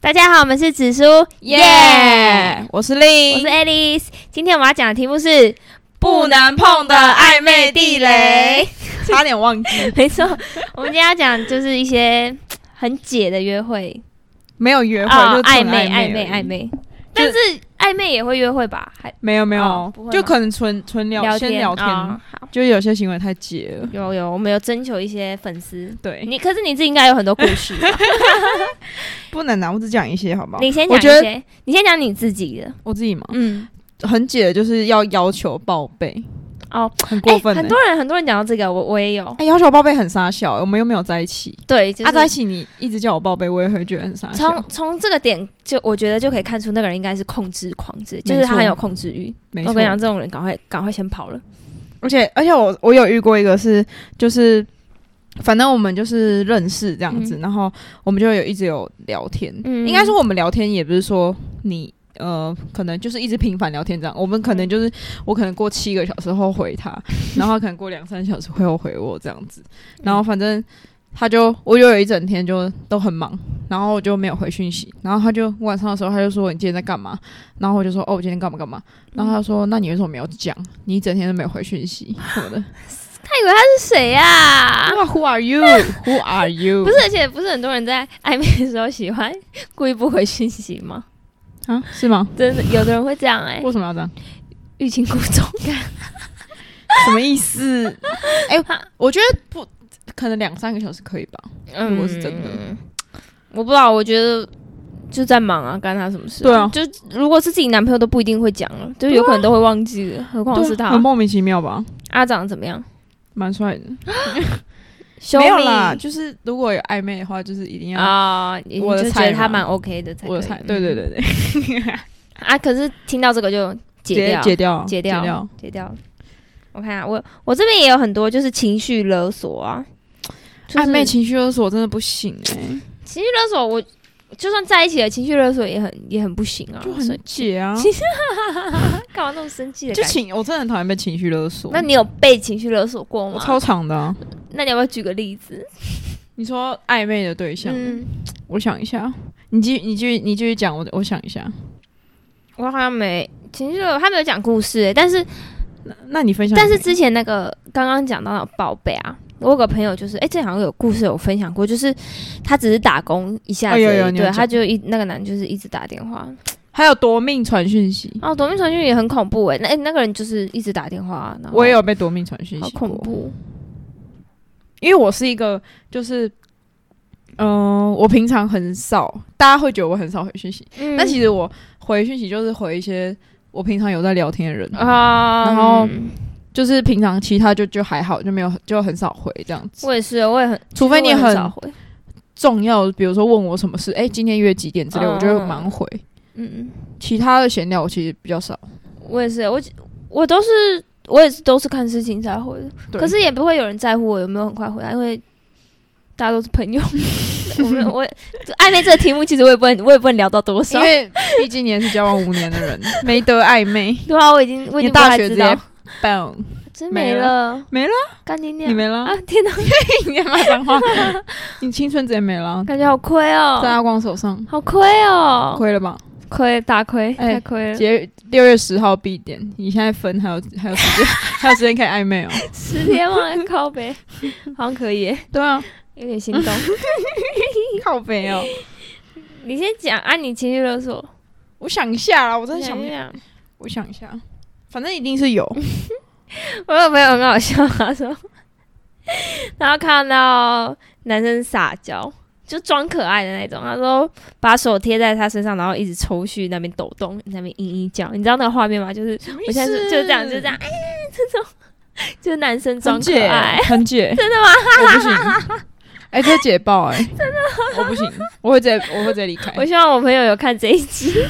大家好，我们是紫苏，耶、我是令，我是 Alice。今天我们要讲的题目是不能碰的暧昧地雷，差点忘记， 没错，我们今天要讲就是一些很解的约会，没有约会，哦就暧纯昧暧暧昧而已暧，昧，但是暧昧也会约会吧？还没有没有，哦不会吗就可能纯纯聊先聊天，哦好，就有些行为太解了，有有，我们有征求一些粉丝。对，你可是你自己应该有很多故事吧， 不能拿，我只讲一些好不好？你先讲我一觉得些，你先讲你自己的，我自己嘛，嗯，很解的就是要要求报备，哦，很过分、欸很多人很多人讲到这个，我我也有，哎、要求报备很傻小，我们又没有在一起。对，就啊，在一是起你一直叫我报备，我也会觉得很傻笑从。从这个点就我觉得就可以看出那个人应该是控制狂之类，就是没他错很有控制欲。没我错跟，你讲，这种人赶快赶快先跑了。而且而且我我有遇过一个是就是，反正我们就是认识这样子，然后我们就有一直有聊天。嗯应该说我们聊天也不是说你呃，可能就是一直频繁聊天这样。我们可能就是我可能过七个小时后回 他，然后他可能过两三小时会后回我这样子。然后反正他就我就有一整天就都很忙，然后我就没有回讯息。然后他就晚上的时候他就说你今天在干嘛？然后我就说哦我今天干嘛干嘛。然后他说那你为什么没有讲？你一整天都没有回讯息 什么的。他以为他是谁啊？ 哇 Who are you? Who are you? 不是，而且不是很多人在暧昧的时候喜欢故意不回讯息吗？ 啊是吗？真的，有的人会这样哎、为什么要这样？欲擒故纵感。什么意思？ 哎、我觉得不，可能两三个小时可以吧。如果是真 的嗯，我不知道，我觉得就在忙啊，干他什么事、对啊啊就如果是自己男朋友都不一定会讲了，就有可能都会忘记了，何况是他很。莫名其妙吧？阿长得怎么样？蛮帅的， Show 没有啦， me 就是如果有暧昧的话，就是一定要、啊，你我的就觉菜得他嘛蛮 OK 的才我的可以嗯菜。对对对对，啊，可是听到这个就直解接掉，解掉，解掉，掉解掉了。我看啊，我我这边也有很多就是情绪勒索啊，就是暧昧情绪勒索真的不行哎、情绪勒索我，就算在一起了，情绪勒索也很也很不行啊，就所很以解啊。干嘛那么生气的就感觉？情，我真的很讨厌被情绪勒索。那你有被情绪勒索过我吗？超长的、啊，那你要不要举个例子？你说暧昧的对象，嗯，我想一下，你继续你继续你继续讲，我我想一下。我好像没情绪勒，他没有讲故事、欸，但是那那你分享，但是之前那个刚刚讲到的宝贝啊，我有个朋友就是，哎、这好像有故事有分享过，就是他只是打工一下子而已，哦有有你对，有讲他就一那个男就是一直打电话，还有夺命传讯息，哦，夺命传讯也很恐怖哎、那、诶那个人就是一直打电话、然后我也有被夺命传讯哦好息，恐怖，因为我是一个就是，嗯、我平常很少，大家会觉得我很少回讯息，嗯但其实我回讯息就是回一些我平常有在聊天的人，啊，然后嗯就是平常其他就就还好，就没有就很少回这样子。我也是，我也很，除非你其实我很也少回，重要，比如说问我什么事，哎、今天约几点之类，嗯我就会忙回。嗯嗯，其他的闲聊我其实比较少，我也是，我我都是我也是都是看事情才回的，对可是也不会有人在乎我有没有很快回来，因为大家都是朋 友。我们我这暧昧这个题目，其实我也不能我也不能聊到多因少，为毕竟你也是交往五年的 人，没得暧昧，对啊，我已经我已经你不太大学直知接道，棒，真没没了没了，干你娘！你没了， 啊！天 哪，你也骂脏话，你青春直接没了，感觉好亏 在哦，阿光手上，好亏哦，啊亏了吧？亏大亏，哎太亏了。 节六月十号必点，你现在分还有还有时间， 还有时间可以暧昧哦。十天忘了靠 呗，好像可以耶，对啊，有点心 动。靠北哦。你先讲啊，你情绪勒索，我想一下啦，我真的想不你起，讲。我想一下，反正一定是有。我有朋友很好笑，他说， 然后看到男生撒娇，就装可爱的那种，他说把手贴在他身上，然后一直抽蓄那边抖动，那边嘤嘤叫，你知道那个画面吗？就是 我现在是就这样，就这样，，哎、这种就是男生装很可解爱，，很解，真的吗？我 不行，哎，这解爆哎，真的，我不行，我会直接我会直接离开。我希望我朋友有看这一 集，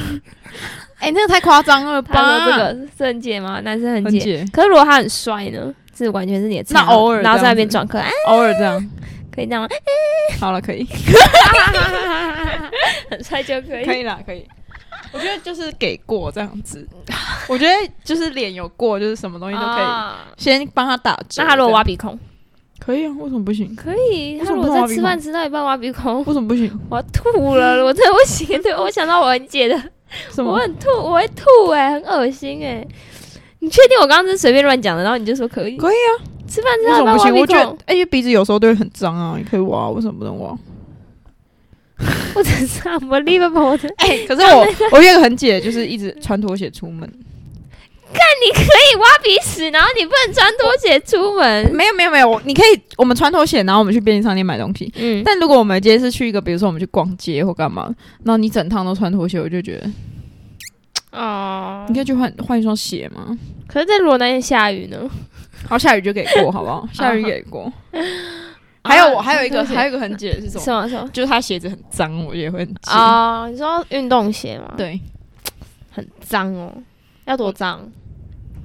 哎，那个太夸张了他说这个是很解吗？男生很呃很解，解，可是如果他很帅呢？这完全是你的菜，那偶尔然后在那边这装可爱，哎偶尔这样，可以这样吗？ 好了，可以，很帅就可以。可以啦，可以。我觉得就是给过这样子，我觉得就是脸有过，就是什么东西都可以啊先帮他打折。那他如果这样挖鼻孔，可以啊，为什么不行？可以，为他什如么果不能挖在鼻吃孔饭吃到一半挖鼻孔， 为什么不行？我要吐了，我真的不行。对，我想到我很姐的，什我么？很吐，我会吐哎、很恶心哎、你确定我刚刚是随便乱讲的？然后你就说可以，可以啊，吃饭吃为到什一么半不挖行？鼻我觉得孔，，哎、因为鼻子有时候都会很脏啊，你可以挖，为什么不能挖？ 我真是 unbelievable 的。哎、可是我，我有一个很姐，就是一直穿拖鞋出门。你可以挖鼻屎，然后你不能穿拖鞋出门。没有没有没有，我你可以，我们穿拖鞋，然后我们去便利商店买东西。嗯，但如果我们今天是去一个，比如说我们去逛街或干嘛，然后你整趟都穿拖鞋，我就觉得哦你可以去换换一双鞋嘛。可是，在罗南也下雨呢。好，下雨就给过，好不 好？下雨给过。啊还有我还有一个还有一个很姐是什么？什么什么？就是她鞋子很脏，我也会很气。哦，你说运动鞋吗？，对，很脏哦，要多脏？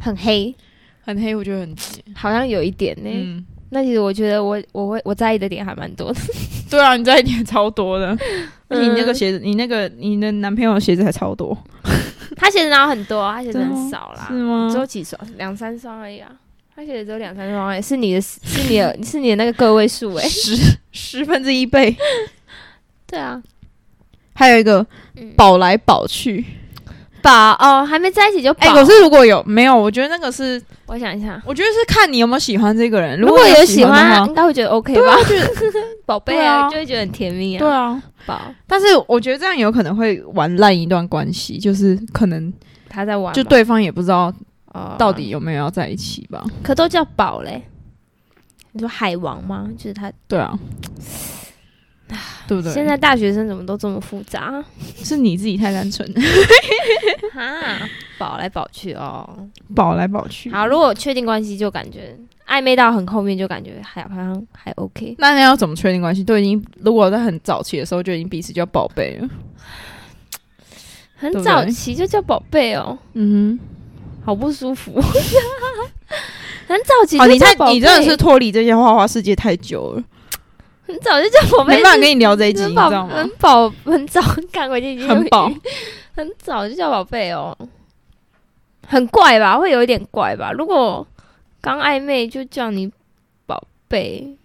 很黑，很黑，我觉得很气。好像有一点呢、嗯，那其实我觉得我我会我在意的点还蛮多 的。对啊，你这一点超多的。而嗯 且你那个鞋子，你那个你的男朋友的鞋子还超多，他鞋子哪有很多啊？他鞋子真的很吗少啦，是吗只？有几双，两三双而已啊。他鞋子只有两三双哎、是你的是你的 是你的那个个位数欸哎、十十分之一倍。对啊，还有一个嗯保来保去。宝哦，还没在一起就哎、宝。可是如果有没有，我觉得那个是，我想一下，我觉得是看你有没有喜欢这个人。如果果有喜喜欢的欢，话应该会觉得 OK 对吧啊，？觉得宝贝对啊就 会觉得很甜蜜啊。对啊。宝但是我觉得这样有可能会玩烂一段关系，就是可能他在玩嘛，就对方也不知道哦到底有没有要在一起吧。可都叫宝嘞。你说海王吗？就是他。对啊，对不对？现在大学生怎么都这么复杂是你自己太单纯，哈？宝来宝去哦。保来保去。好，如果确定关系，就感觉暧昧到很后面，就感觉还好像还 OK。那要怎么确定关系？都已经如果在很早期的时候就已经彼此叫宝贝了。很对不对早期就叫宝贝哦，嗯好不舒 服。很早期哼，哦，就你叫太宝贝，你真的是脱离这些花花世界太久了，很早就叫宝贝，没办法跟你聊这一集，你很知宝道吗很？宝很早， 看我已经已经很 宝，很早就叫宝贝哦，很怪吧？会有一点怪吧？如果刚暧昧就叫你宝贝，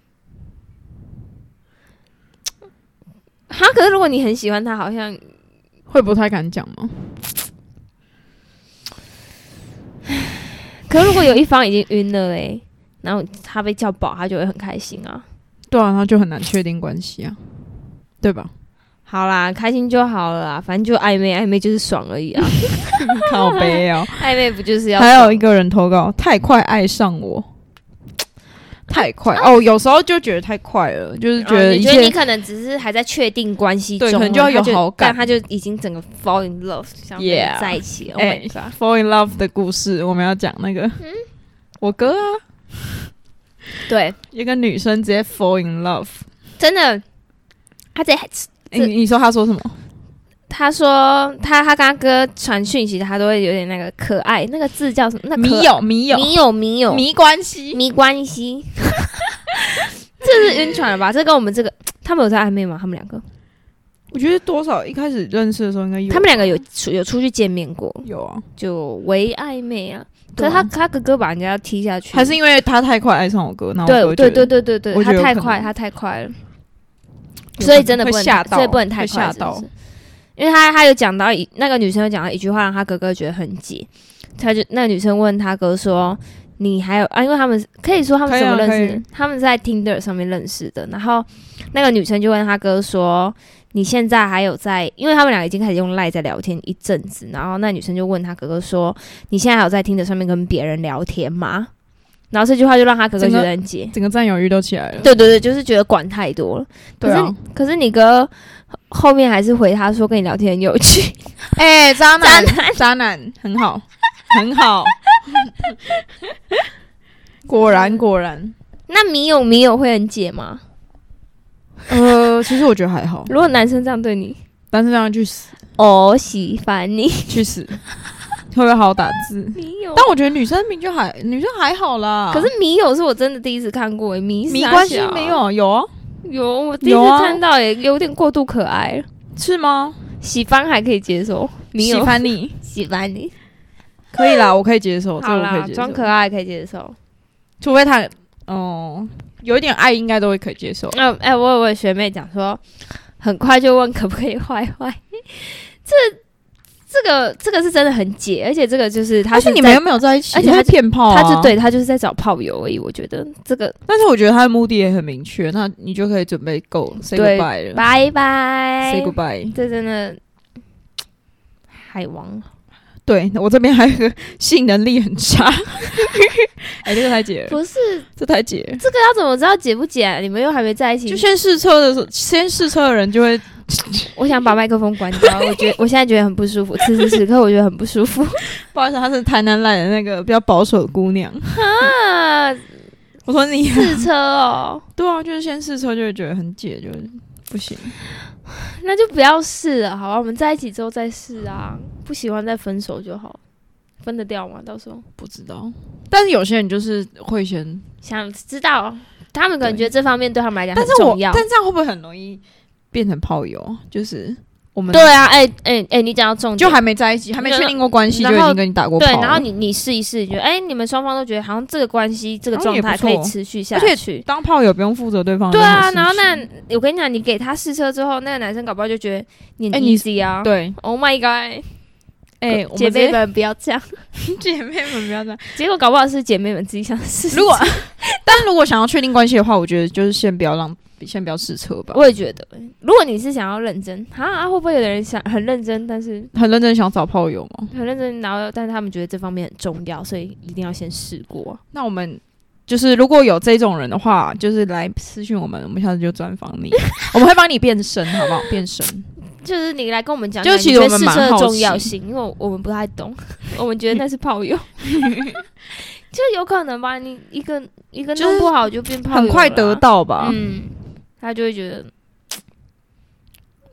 哈？可是如果你很喜欢他，好像会不太敢讲吗？可是如果有一方已经晕了嘞，然后他被叫宝，他就会很开心啊。对啊，那就很难确定关系啊，对 吧？好啦，开心就好了啦，反正就暧昧，暧昧就是爽而已啊，好悲哦。 暧昧不就是要还有一个个人投稿，太快爱上我，啊太快哦，有时候就觉得太快了，就是哦觉得哦一你觉得切你可能只是还在确定关系中，啊对可能就要有他好感但他就已经整个 fall in love，想跟你 Yeah 在一起。Oh 哎 my god！ fall in love 的故事，我们要讲那个，我哥啊，对，一个女生直接 fall in love，真的，他在哎你你说他说什么？他说他他跟他哥传讯息，他都会有点那个可爱，那个字叫什么？那迷可友迷友迷友迷友迷关系，迷关系，这是晕船了吧？这跟我们这个他们有在暧昧吗？他们两个，我觉得多少一开始认识的时候应该有，他们两个有出有出去见面过，有啊，就为暧昧啊。可对啊是他他哥哥把人家踢下去，还是因为他太快爱上我哥，然后我对对哥觉得对对对对，我他觉得有太可快，能他太快了，有所以可真的能不会能吓太所以到不能太快，会吓是不到是，因为他他有讲到一那个女生有讲到一句话，让他哥哥觉得很解，他就那个女生问他哥说。你还有啊？因为他们可以说他们可以怎么啊认可识以的？他们是在 Tinder 上面认识的。然后那个女生就问他哥说：“你现在还有在？”因为他们俩已经开始用赖在聊天一阵子。然后那女生就问他哥哥说：“你现在还有在 Tinder 上面跟别人聊天吗？”然后这句话就让他哥哥整觉个得很解。整个占有欲都 起来了，对对对，就是觉得管太多了。可对是、啊，可是你哥后面还是回他说跟你聊天很有趣，哎，渣男男渣男很好 很好，嗯果然果然， 那米友米友会很解吗？呃，其实我觉得还好，如果男生这样对你，但是让他去死哦，喜欢你去死，会不会好打字？米友但我觉得女生名就还女生还好啦，哦可是米友是我啊真的第一次看过，米没傻关系小没有有啊，有，我第一有次啊看到也有点过度可爱了。是吗？喜欢还可以接受，米喜友 欢你喜欢你，可以啦，我可以接受，这好我可啦以，接装受可，爱可以接受。除非他哦，有一点爱应该都会可以接 受。那哎、我有位学妹讲说，很快就问可不可以坏坏，这这个这个是真的很解，而且这个就是他但是是你在们又没有在一起，而且他他是骗炮啊。他就，对他就是在找炮友而已，我觉得这个但是我觉得他的目的也很明确，那你就可以准备 go say 嗯对 goodbye 了拜拜啊，say goodbye。这真的海王，对我这边还有一个性能力很差， 哎、这个太解了，不是这太解了。这个要怎么知道解不解、啊？你们又还没在一起，就先试车的时候，先试车的人就会我想把麦克风关掉，我觉得我现在觉得很不舒服，此时此刻我觉得很不舒 服不好意思，她是台南来的那个比较保守的姑娘。啊！我说你试车哦，对啊，就是先试车就会觉得很解，就是不行。 那就不要试了，好吧？我们在一起之后再试啊，不喜欢再分手就好，分得掉吗？到时候不知道，但是有些人就是会先，想知道，他们可能对觉得这方面对他们来讲但很是我重要。但这样会不会很容易变成炮友？啊就是我们对啊，哎哎哎，你讲到重点，就还没在一起，还没确定过关系，就然已后经跟你打过炮对了，，然后你你试一试，你觉得哎、你们双方都觉得好像这个关系这个好像状也态不错可以持续下而且去。当炮友不用负责对方的对任何事啊，情。然后那我跟你讲，你给他试车之后，那个男生搞不好就觉得你很哎你 easy 啊。对， ，Oh my god！哎，姐妹们们不要这样， 姐妹们不要这样。结果搞不好是姐妹们自己想试。如果但如果想要确定关系的话，我觉得就是先不要让，先不要试车吧。我也觉得，如果你是想要认真啊啊，会不会有的人想很认真，但是很认真想找炮友吗？很认真，然后但是他们觉得这方面很重要，所以一定要先试过。那我们就是如果有这种人的话，就是来私讯我们，我们下次就专访你， 我们会帮你变身，好不好？变身，就是你来跟我们讲，就其实我们试蛮车的好奇重要性，因为我我们不太 懂，我们觉得那是炮 友，就有可能吧。你一个一个就是弄不好就变炮友，很快得，到吧？嗯，他就会觉得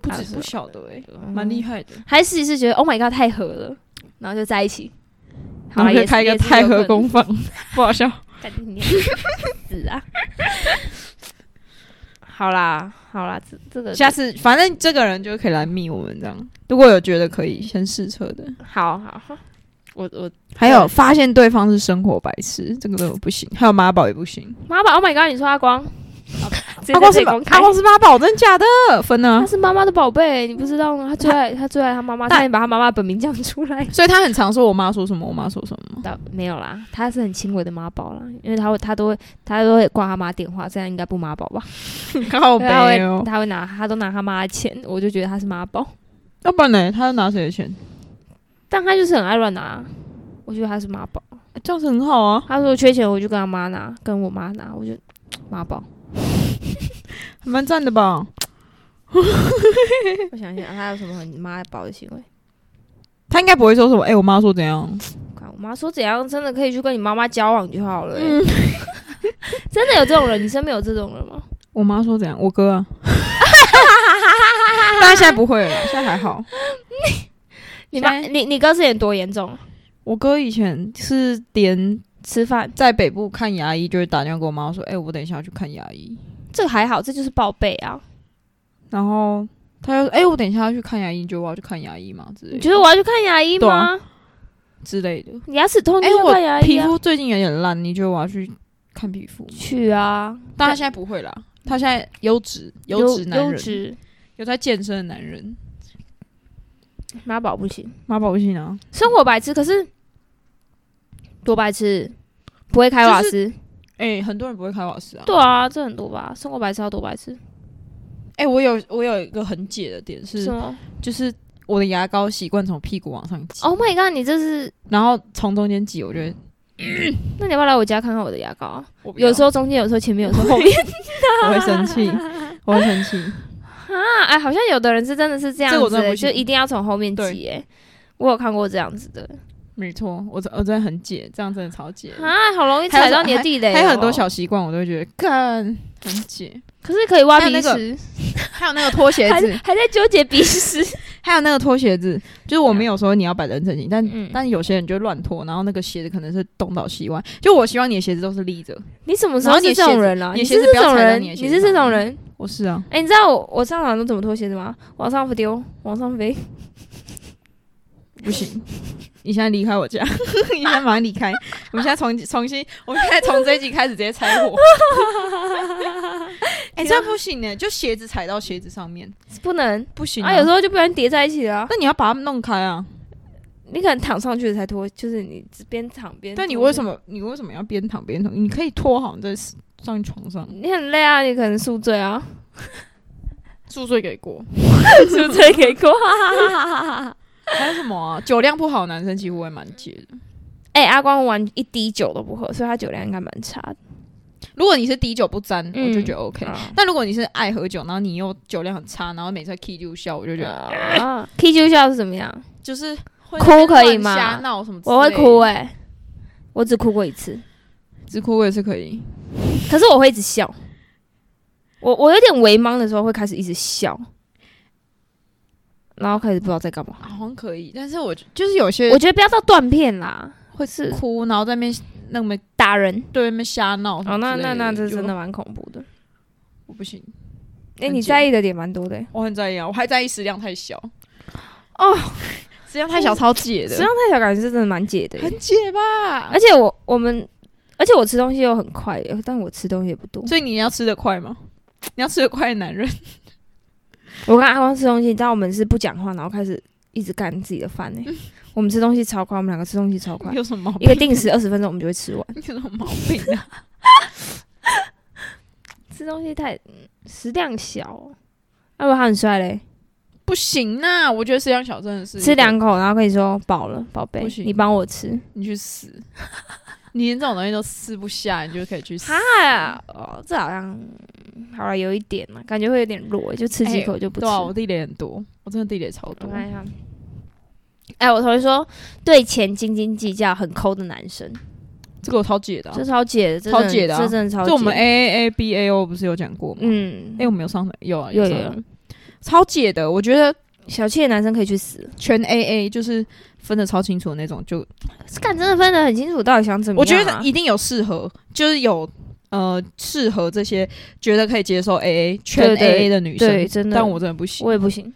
不啊知是不晓得哎、蛮厉害的。还试一试，觉得 Oh my God，太合了，然后就在一起。好然啦，后就也是开一个太和，也是有 工坊，不好笑。可能干你娘死啊！ 好啦，好啦，这这个下次反正这个人就可以来密我们这样。如果有觉得可以先试车的，好好，好我我还有发现对方是生活白痴，这个都不行。还有妈宝也不行。妈宝，Oh my God，你说阿 光，直接阿光是在这里妈公阿开光是妈宝，真的假的？分啊呢、 他是妈妈的宝贝，你不知道吗？他最爱他最爱他妈妈，但差点把他妈妈本名讲出 来。所以他很常说我妈说什么，我妈说什 么吗。倒没有啦，他是很轻微的妈宝啦，因为他会他都会他都会挂他妈电话，这样应该不妈宝吧？靠他背会哦，他会拿他都拿他妈的钱，我就觉得他是妈宝，要不然呢？他要拿谁的钱？但他就是很爱乱拿，我觉得他是妈宝。这样子很好啊，他说缺钱我就跟他妈拿，跟我妈拿，我就妈宝。还蛮赞的吧？ 我想想他有什么很妈宝的行为？他应该不会说什么，哎、我妈说怎样？看我妈说怎样，真的可以去跟你妈妈交往就好了、欸。 真的有这种人？你身边有这种人吗？我妈说怎样？我 哥啊，但他现在不会了，现在还 好。你妈，现在你你哥之前多严重？我哥以前是连吃饭在北部看牙医，就会打电话给我妈说，哎、我等一下要去看牙医，这个还好，这就是报备啊。然后。他就说：“哎、我等一下要去看牙医，你觉得我要去看牙医吗？之类你的觉得我要去看牙医对吗？啊之类的。你牙齿痛，你哎、去看牙我医、皮啊。肤最近有点烂，你觉得我要去看皮肤吗？去啊，但他现在不会啦，他现在优质优质男优人，质有在健身的男人，妈宝不行，妈宝不行啊，生活白痴，可是多白痴，不会开瓦斯。哎、很多人不会开瓦斯啊。对啊，这很多吧？生活白痴要多白痴？哎、我有我有一个很解的点是，什么就是我的牙膏习惯从屁股往上挤， ？Oh my god！你这是？然后从中间挤，我觉得那你要不要来我家看看我的牙膏啊？我不要有 时候中间，有时候前面，有时候后面。我会生气，我会生气。啊，哎，好像有的人是真的是这样这个我子、真的不就行一定要从后面对挤、欸。我有看过这样子的没错，我真我真的很解，这样真的超解。啊，好容易还有踩什到你的还地雷、哦还有很多，小习惯，我都会觉得干很解。可是可以挖还有鼻那个屎。还有那个拖鞋还子，还在纠结鼻屎， 还有那个拖鞋子，就是我们有时候你要摆人整齐，但、嗯但有些人就乱拖，然后那个鞋子可能是东倒西歪。就我希望你的鞋子都是立着，你什么时然候后你是这的鞋种子人啊？你的是鞋子这不要种踩到人，你的鞋你子是这上种面人。我是啊，哎、你知道我我上网都怎么脱鞋子吗？往上不丢，往上飞。不行，你现在离开我家， 你现在马上离 开，我们现在重重新，我们现在从这一集开始直接拆 伙。哎、这样不行呢、就鞋子踩到鞋子上面不能不行啊、啊，有时候就不然叠在一起了啊。那你要把它弄开啊！你可能躺上去才脱，就是你边躺边。但你为什么？么你为什么要边躺边脱？你可以脱好你在上床上，你很累啊，你可能宿醉 啊，宿醉给过。宿醉给过。还有什么啊？酒量不好，男生几乎会蛮戒的。 哎、阿光完一滴酒都不喝，所以他酒量应该蛮差的。如果你是滴酒不沾，嗯我就觉得 OK。啊但如果你是爱喝酒，然后你又酒量很差，然后每次 K 就笑，我就觉得啊，K 九笑是怎么样？就是会哭可以吗乱瞎闹什么？我会哭，哎、我只哭过一次，只哭我也是可以。可是我会一直笑。我我有点微茫的时候会开始一直笑，然后开始不知道在干嘛。好像可以，但是我就是有些我觉得不要到断片啦，会是哭，然后在那边那么打人。对那边瞎闹什哦，么之类的。那那那这真的就蛮恐怖的。我不行，哎、很你贱在意的点蛮多的、欸，我很在意啊，我还在意食量太小。哦，食量太小超解的，食量太小感觉是真的蛮解的欸、很解吧？而且我我们，而且我吃东西又很快欸，但我吃东西也不多。所以你要吃得快吗？你要吃得快的男人，我跟阿光吃东西，你知道我们是不讲话，然后开始一直干自己的 饭呢、我们吃东西超快，我们两个吃东西超 快 你，有什么毛一病？个定时二十分钟我们就会吃完。你有什么毛病 啊？吃东西太嗯食量小、哦，那如果他很帅嘞，不行啊！我觉得食量小真的是吃两，口然后跟你说饱了，宝贝不，行你帮我吃。你去死！你连这种东西都吃不下，你就可以去死。哈，哦，这好像嗯好了有一点嘛，感觉会有点弱，就吃几哎口就不吃。对啊，我地雷很多，我真的地雷超我多。看一下。哎，我同学说对钱斤斤计较、很抠的男生，这个我超解的啊、这超解的，这超真的解的啊这真的超解。就我们 A A A B A O 不是有讲过吗？嗯哎、，我们有上有啊，有上有超解的，我觉得小气的男生可以去死。全 A A 就是分的超清楚的那种，就干真的分得很清楚，到底想怎么我样觉啊、得一定有适合，就是有呃适合这些觉得可以接受 A A 全对对 A A 的女生，对，真的，但我真的不行，我我也不行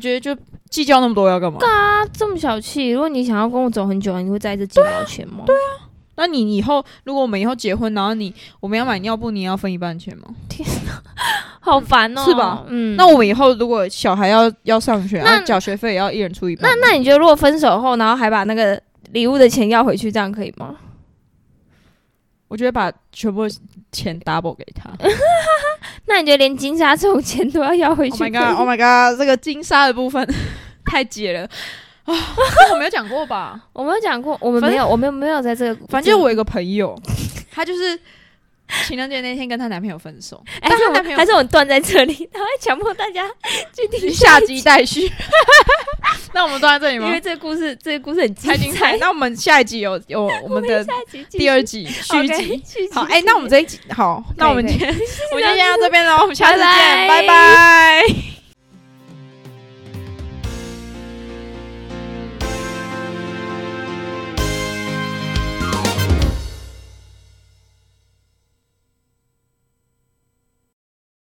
觉得就计较那么多要干嘛？啊，这么小气。如果你想要跟我走很久，你会在意这几毛钱吗？对啊，那你以后如果我们以后结婚，然后你我们要买尿布，你也要分一半钱吗？好烦哦，是吧？嗯，那我们以后如果小孩要要上学，那啊，缴学费也要一人出一半。那那你觉得如果分手后，然后还把那个礼物的钱要回去，这样可以吗？我觉得把全部的钱 double 给他。那你觉得连金沙这种钱都要要回 Oh 去 my god! Oh my god! 这个金沙的部分 太解了啊！这我没有讲过吧？我没有讲过，我们没有，我们没有在这个， 反正就我有一个朋友，她就是情人节那天跟她男朋友分 手，哎还是我但她男朋们友还是我们断在这里，他会强迫大家去听 下集待续。那我们都在这里因吗？ 为这个故事这个故事很精太精彩！彩，那我们下一集有有我们的下集继续第二集续 OK，集。续集好，哎哎，那我们这一集好，那我们可以今天我们就先到这边喽，我们下次拜见，拜拜拜。